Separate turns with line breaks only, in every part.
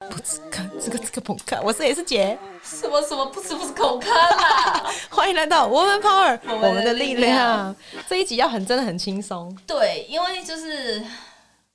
这个这个这个捧看，我是 S 姐，
什么什么不吃不吃口啊看啦。
欢迎来到 Woman Power，
我们的
我们的力
力
量
量。
这一集要很真的很轻松，
对，因为就是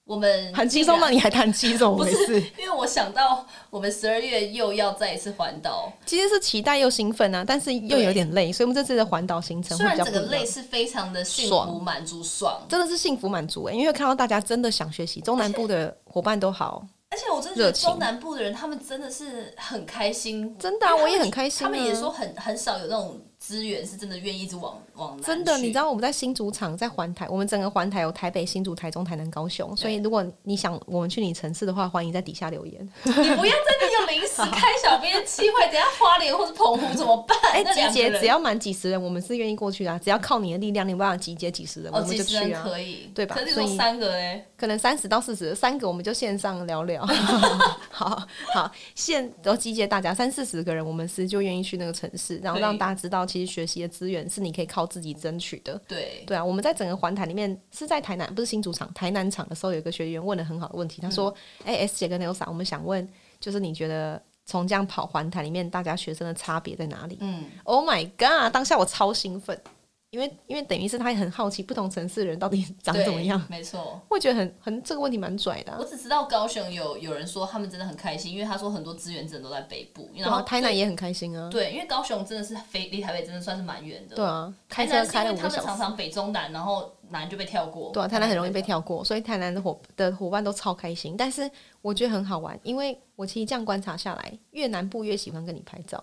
我们
很轻松吗？你还叹气，怎么
嗯不
回
是
事？，
因为我想到我们十二月又要再一次环岛，
其实是期待又兴奋啊，但是又有点累，所以我们这次的环岛行程
虽
会比
然
较
整
不
个
一
累
样。
是非常的幸福、
爽
满足、爽，
真的是幸福满足哎、因为看到大家真的想学习，中南部的伙伴都好，
而且我真的觉得
热情
中南部的人他们真的是很开心，
真的啊、
因为他们
我也很开心、啊。
他们也说很很少有那种资源是真的愿意一直往往南
真的，你知
道
道我们在新竹场，在环台，我们整个环台有台北、新竹、台中、台南、高雄，所以如果你想我们去你城市的话，欢迎在底下留言。
你不要在那用临时开小编气坏，等一下花莲或者澎湖怎么办？
哎、
那两
集
个
结
人
只要满几十人，我们是愿意过去的、啊，只要靠你的力量，你有办法集结几十人，
哦，
我们
几
就
十
去
人
啊。
可以，
对吧
可是
所
说
以
三个哎。
可能三十到四十，三个我们就线上聊 聊。好好，现都集结大家三四十个人，我们是就愿意去那个城市，然后让
对
大家知道，其实学习的资源是你可以靠自己争取的。
对，
对啊，我们在整个环台里面是在台南，不是新主场，台南场的时候，有一个学员问了很好的问
嗯
题，他说：“哎、s 姐跟 Elsa，我们想问，就是你觉得从这样跑环台里面，大家学生的差别在哪里
嗯，
？”Oh my god！当下我超兴奋，因为因为等于是他也很好奇不同城市的人到底长
对
怎么样，
没错，
我觉得很很这个问题蛮拽的啊、
我只知道高雄有有人说他们真的很开心，因为他说很多资源真的都在北部，
然
然
后
后
台南也很开心啊，
对，因为高雄真的是非离台北真的算是蛮远的。
对，啊，
台
开车
南是因
开了
为
五
他
个
们
小
常
时。
常北中南，然后南就被跳过。
对啊，台南很容易被。跳过，所以台南的伙的伙伴都超开心。但是我觉得很好玩，因为我其实这样观察下来，越南部越喜欢跟你拍照，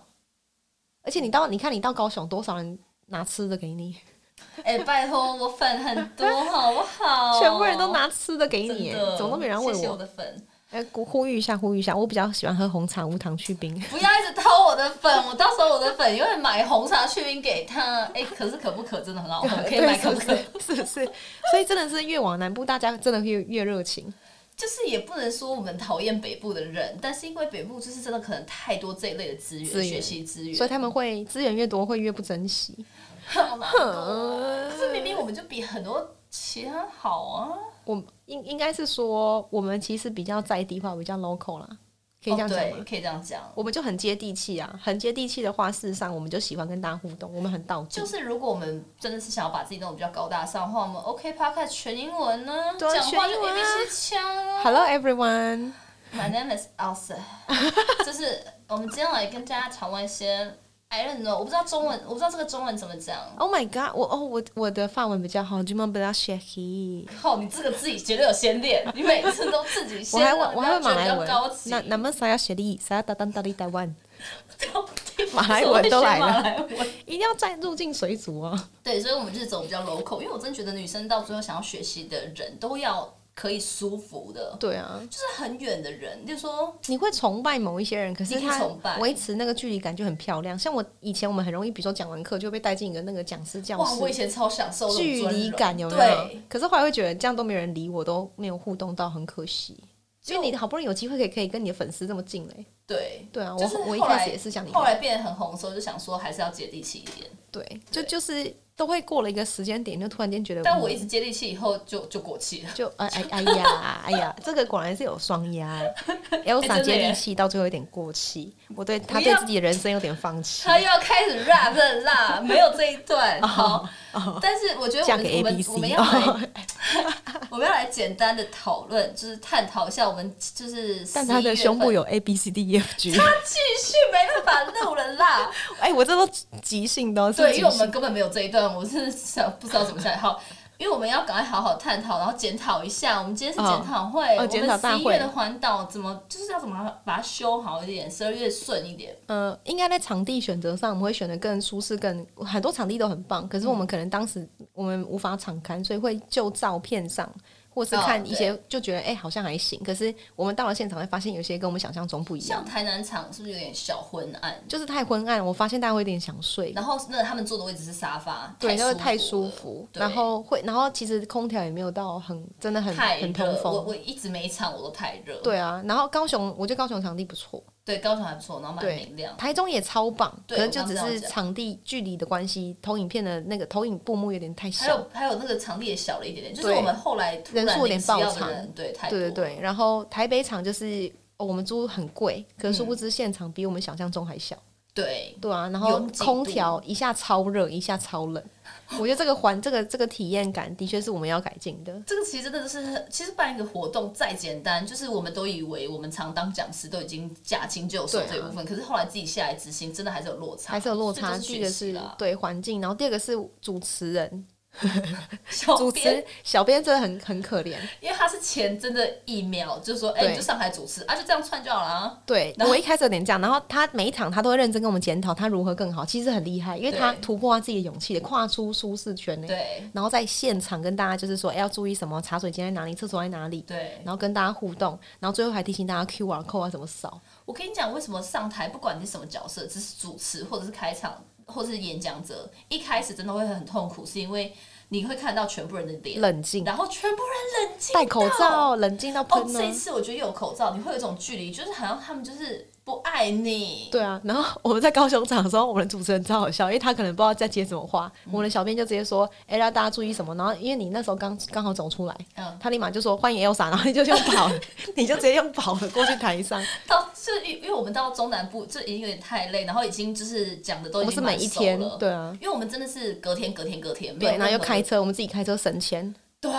而且你到你看你到高雄，多少人拿吃的给你，
哎、拜托，我粉很多，好不好？
全部人都拿吃的给
哦真
你，
的，
哎怎么都没人
谢
问
谢我
我？
的粉，
哎，呼呼吁一下，呼吁一下，我比较喜欢喝红茶无糖去冰。
不要一直偷我的粉，我到时候我的粉因为买红茶去冰给他。哎、可是可不可真的 很好喝，可以买可不可
对？是不是？是不是？所以真的是越往南部，大家真的越越热情。
就是也不能说我们讨厌北部的人，但是因为北部就是真的可能太多这一类的资源、
资源
学习资源，
所以他们会资源越多，会越不珍惜。
好 难过
嗯
啊。可是明明我们就比很多其他好啊，
我应应该是说，我们其实比较在地化，比较 local 啦，可以这样讲
哦
吗？
对，可以这样讲。
我们就很接地气啊，很接地气的话，事实上我们就喜欢跟大家互动，我们很道地
就。是如果我们真的是想要把自己弄得比较高大上的话，我们 OK Podcast 全英文呢，
对啊
讲话
全英
就
文
A
啊
B C 腔啊。
Hello everyone，
My name is Elsa，就是我们今天来跟大家讨论一些 I don't know，我不知道中文，我不知道这个中文怎么讲。
Oh my god，我哦我我的法文比较好，就比较 shaky。
靠，你这个自己绝对有先练，你每次都自 己
我
先
还
练，
会我还会
不
马
要觉
来
得比
文
较高，级。
那 那么啥要学历，啥要当当当地台湾，马
马
来文都来了
马来文。
一定要再入境水族啊！
对，所以我们就是走比较 local，因为我真的觉得女生到最后想要学习的人都要可以舒服的，
对啊，
就是很远的人，就说
你会崇拜某一些人，可是
你可以崇
他
拜
维持那个距离感就很漂亮。像我以前我们很容易，比如说讲完课就被带进一个那个讲师教
哇，
室，
我以前超享受这种
距
尊
离
荣
感有没有
对，？
可是后来会觉得这样都没有人理我，都没有互动到，很可惜。因为你好不容易有机会可以可以跟你的粉丝这么近嘞、
对
对啊，我、
就是
我一
后来
开始也是像你一
后
样，嗯
来变得很红的时候，就想说还是要接地气一点，
对，就就是都会过了一个时间点，就突然间觉得，
但我
嗯
一直接地气以后就就过气了。
就哎哎哎呀哎呀，这个果然是有双 压、欸、
哎真
，Elsa
的耶
接地气到最后有点过气，我对她
不
对
要
自己的人生有点放弃。
他又要开始 rap 了啦，没有这一 段。
哦
好，但是我觉得我
嫁
们
给
我
A B
们
C，
我们 要来我们要来简单的讨论，就是探讨一下我们就是
但她的胸部
有
有 A B C D E F G，
继续没办法录了 啦。
哎、我这都即兴的哦，是
对，
即
因为我
兴
们根本没有这一段，我是想不知道怎么下来。好， 因为我们要赶快好好探讨，然后检讨一下。我们今天是检讨会，
哦
我
哦
们
检讨大会
十一月的环岛怎么就是要怎么把它修好一点，十二月顺一点。
呃，应该在场地选择上，我们会选得更舒适、更很多场地都很棒。可是我们可能当时我们无法场刊，所以会就照片上，或是
哦
看一些就觉得哎、好像还行。可是我们到了现场会发现，有些跟我们想象中不一样
像，台南场是不是有点小昏暗？
就是太昏暗，我发现大家会有点想睡。
然后那他们坐的位置是沙发，
对，因为
服
太舒
了
服，
对
然后会，然后其实空调也没有到很，真的很
太
很通
热。我
风。
我一直每一场我都太热，
对啊，然后高雄，我觉得高雄场地不错，
对，高雄还不错，然后蛮
对
明亮。
台中也超棒，可
啊对
能
我
就
刚
只
刚这
是
样讲
场地距离的关系，投影片的那个投影布幕有点太
还
小。
有还有那个场地也小了一点点，就是
对
我们后来突
人数
然
有点
临时要
爆
的
场
人对太多
对对
了，
对，然后台北场就是哦，我们租很贵，可
嗯
是殊不知现场比我们想象中还小，
对，
对啊，然后
拥挤度
空调一下超热，一下超冷，我觉得这个环这 个这个体验感的确是我们要改进的。
这个其实真的是，其实办一个活动再简单，就是我们都以为我们常当讲师都已经驾轻就熟
对啊
这一部分，可是后来自己下来执行，真的还是有落差，
还是有落
所以
差，
啊这
第一
学
个是
习啦
对环境，然后第二个是主持人，
小
主
编
持小编真的很很可怜。
因为他是前真的一秒就说，哎、
对
你就上台主持啊，就这样串就好了啊。
对
然后
我一开始有点这样，然后他每一场他都会认真跟我们检讨他如何更好，其实很厉害，因为
对
他突破他自己的勇气，跨出舒适圈呢。
对
然后在现场跟大家就是说，哎、要注意什么，茶水间在哪里，厕所在哪里，
对
然，后跟大家互动，然后最后还提醒大家 QR code 啊怎么扫。
我跟你讲，为什么上台不管你是什么角色，只是主持或者是开场或者是演讲者，一开始真的会很痛苦，是因为你会看到全部人的脸，
冷静，
然后全部人冷静到
戴口。罩，嗯冷静到
哦
喷，呢、啊
这一次我觉得有口罩，你会有一种距离，就是好像他们就是不爱你。
对啊，然后我们在高雄场的时候，我们的主持人超好笑，因为他可能不知道在接什么话，
嗯
我们的小编就直接说：“哎、让大家注意什么。”然后因为你那时候刚刚好走出来，
嗯，
他立马就说：“欢迎 Elsa。”然后你就用跑 了，你就直接用跑了过去台上。
到就因因为我们到中南部，就已经有点太累，然后已经就是讲的都
我
已
哦们是
经
每
蛮
一
熟
天
了，
对啊，
因为我们真的是隔天隔天隔天，没有
对，然后
任
又
何
开车，我们自己开车省钱，
对，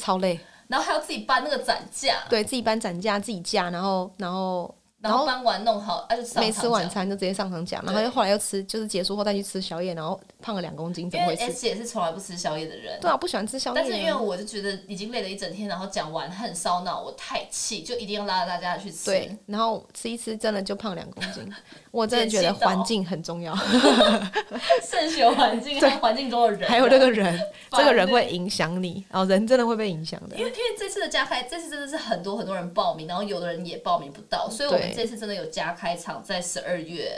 超累。
然后还要自己搬那个展架，
对自己搬展架，自己架，然后然后
然后搬完弄好，啊而且
没吃晚。餐就直接上场讲，然后又后来又吃，就是结束后再去吃宵夜，然后胖了两公斤，怎
因
么
为
回事？
S 也是从来不吃宵夜的人，
对啊，不喜欢吃宵夜啊、
哎但是因为我就觉得已经累了一整天，然后讲完很烧脑，我太气，就一定要拉着大家去吃。
对，然后吃一吃真的就胖两公斤，我真的觉
也
得
气到
环境很重要，
慎选环境和环境中的人，啊
还有这个人，
烦
这个人
欸
会影响你，哦，人真的会被影响 的
因。为因为这次的加开，这次真的是很多很多人报名，然后有的人也报名不到，所以我们
对
这次真的有加开场在十二月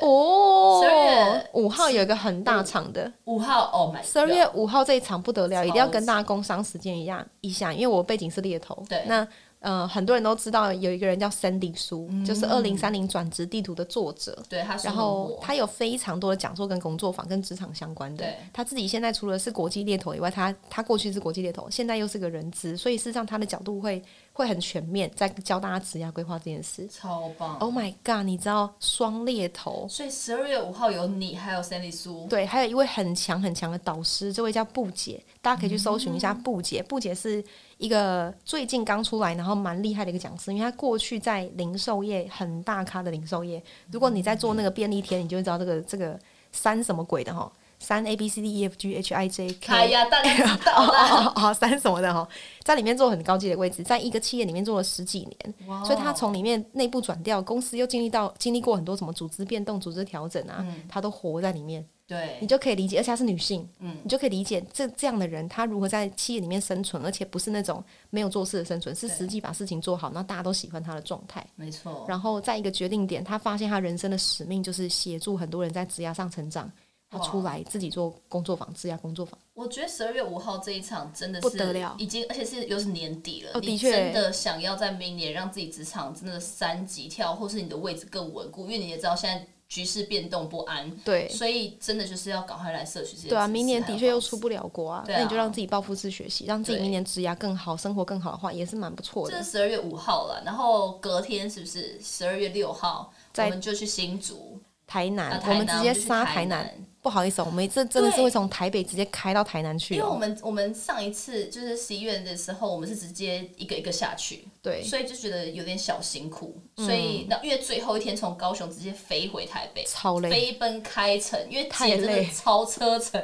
哦
12，
五号有一个很大场的，
五号，Oh my，
十二月五号这一场不得了，一定要跟
超
大家工商时间一样一下，因为我背景是猎头。
对
那呃，很多人都知道有一个人叫 Sandy 苏，就是二零三零转职地图的作者。
对，他说
然后他有非常多的讲座跟工作坊跟职场相关的
对。
他自己现在除了是国际猎头以外，他他过去是国际猎头，现在又是个人资，所以事实上他的角度会会很全面，在教大家职业规划这件事。
超棒。
Oh my god！你知道双猎头？
所以十二月五号有你，还有 Sandy 苏，
对，还有一位很强很强的导师，这位叫布姐，大家可以去搜寻一下
嗯
布姐。布姐是一个最近刚出来，然后蛮厉害的一个讲师，因为她过去在零售业很大咖的零售业，如果你在做那个便利贴，你就会知道这个这个三什么鬼的哈，三 A B C D E F G H I J
哎
K。
呀，大家知
哦
道啦。
哦哦，三什么的哈，在里面做很高级的位置，在一个企业里面做了十几年，
哇哦
所以他从里面内部转调，公司又经历到经历过很多什么组织变动、组织调整啊，
嗯
他都活在里面。
对
你就可以理解，而且她是女性，
嗯
你就可以理解这这样的人，她如何在企业里面生存，而且不是那种没有做事的生存，是
对哦
实际把事情做好，然后大家都喜欢她的状态。
没错，
然后在一个决定点，她发现她人生的使命就是协助很多人在职涯上成长。她
哇
出来自己做工作坊，职涯工作坊，
我觉得十二月五号这一场真的是
不得了
已经而且是又是年底了，
哦
你
的确
真的想要在明年让自己职场真的三级跳，或是你的位置更稳固，因为你也知道现在局势变动不安，
对
所以真的就是要赶快来摄取这些。
对啊，明年的确又出。不了国啊，
对啊
那你就让自己报复式学习，让自己
对
明年职涯更好，生活更好的话，也是蛮不错
这
的。
是十二月五号了，然后隔天是不是十二月六号，我们就去新竹，
台
啊
南，
台
我们
南
直接
就去
杀
台
台南，，不好意思哦，我们这真的是
对
会从台北直接开到台南去哦，
因为我们我们上一次就是十一月的时候，我们是直接一个一个下去，
对，
所以就觉得有点小辛苦，
嗯
所以那因为最后一天从高雄直接飞回台北，
超累，
飞奔开城，因为
太
姐真的
累
超车程，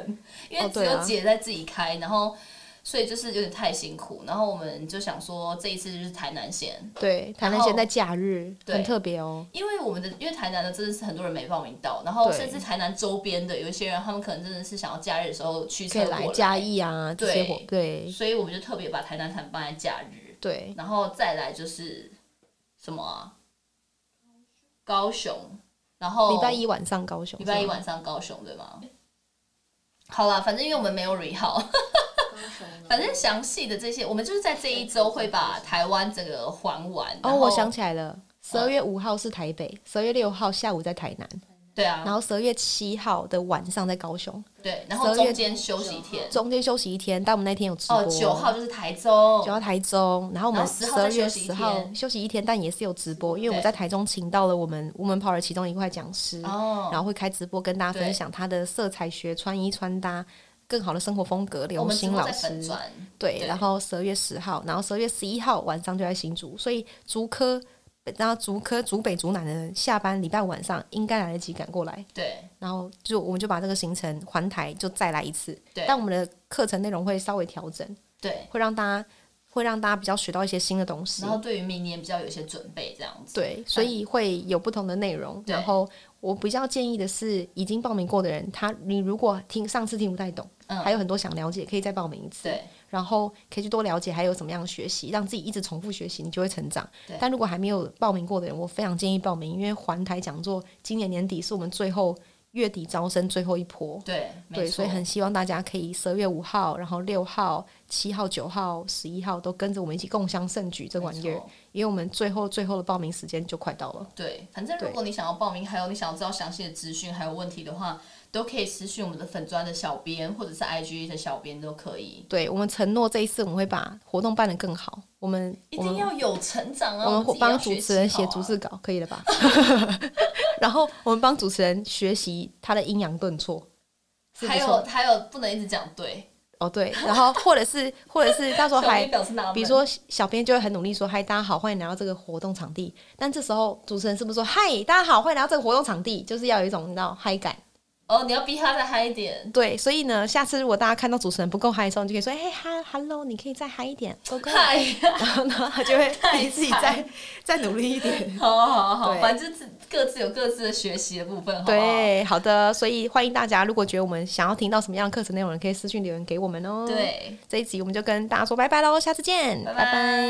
因为
哦
只
对
有
啊
姐在自己开，然后所以就是有点太辛苦，然后我们就想说这一次就是台南线。
对，台南
后
现在假日
对
很特别哦。
因为我们的，因为台南的真的是很多人没报名到，然后
对
甚至台南周边的有一些人，他们可能真的是想要假日的时候驱
可
车
以
过
来嘉义啊，这些活对
所以我们就特别把台南团放在假日。
对，
然后再来就是什么啊、高雄，然后
礼拜一晚上高雄，
哦礼拜一
是吗
晚上高雄对吗？好啦，反正因为我们没有 re 号， 反正详细的这些，我们就是在这一周会把台湾整个还完。
哦，
然后嗯
我想起来了，十二月五号是台北，十二月六号下午在台南，
对啊，
然后十二月七号的晚上在高雄，
对，然后
12月
中间休息一天，
中间休息一天，但我们那天有直播。
哦，九号就是台中
九，号台中，然后我们
然后
十
10号
二
再
月
休息一
十
天
号休息一天，但也是有直播，因为我们
对
在台中请到了我们无门跑的其中一块讲师，
哦，
然后会开直播跟大家分享他的色彩学、穿衣穿搭、更好的生活风格。
我
刘
们之
星
后
老
在粉
师，
专，
对，
对
然后十二月十号，然后十二月十一号晚上就在新竹，所以竹科。然后竹科、竹北、竹南的人下班礼拜五晚上应该来得及赶过来，
对
然后就我们就把这个行程环台就再来一次，
对
但我们的课程内容会稍微调整，
对，
会让大家会让大家比较学到一些新的东西
然。后对于明年比较有一些准备，这样子，
对，所以会有不同的内容。
嗯对
然后我比较建议的是，已经报名过的人，他你如果听上次听不太懂，
嗯
还有很多想了解，可以再报名一次。
对
然后可以去多了解还有怎么样的学习，让自己一直重复学习，你就会成长
对。
但如果还没有报名过的人，我非常建议报名，因为环台讲座今年年底是我们最后月底招生最后一波。
对，没
对，所
错
以，很希望大家可以十二月五号，然后六号、七号、九号、十一号都跟着我们一起共襄盛举这
没
玩意儿
错，
因为我们最后最后的报名时间就快到了。
对，反正
对
如果你想要报名，还有你想要知道详细的资讯，还有问题的话，都可以私讯我们的粉专的小编，或者是 IG 的小编都可以。
对我们承诺这一次我们会把活动办得更好，我们
一
我
定
们
要有成长啊！
我们会
我自己要
帮主
学
持人
习
写
好啊
逐字稿，可以 了吧？然后我们帮主持人学习他的阴阳顿挫，是不
还有
错
还有不能一直讲对，
哦对，然后或者是或者是到时候
小
还
编表示纳闷。
比如，说，小编就会很努力说：“嗨，大家好，欢迎来到这个活动场地。”但这时候主持人是不是说：“嗨，大家好，欢迎来到这个活动场地？”就是要有一种你知道嗨感。
哦，你要逼他再嗨一点，
对，所以呢，下次如果大家看到主持人不够嗨的时候，你就可以说：“嘿哈，hello，你可以再嗨一 点，哥哥。
嗨，”
然后呢，他就会
太
自己
惨
再再努力一点。
好好好，
对
反正自各自有各自的学习的部分，好不好？
对，好的，所以欢迎大家，如果觉得我们想要听到什么样的课程内容，可以私信留言给我们哦。，
对
这一集我们就跟大家说拜拜喽，下次见，
拜拜
拜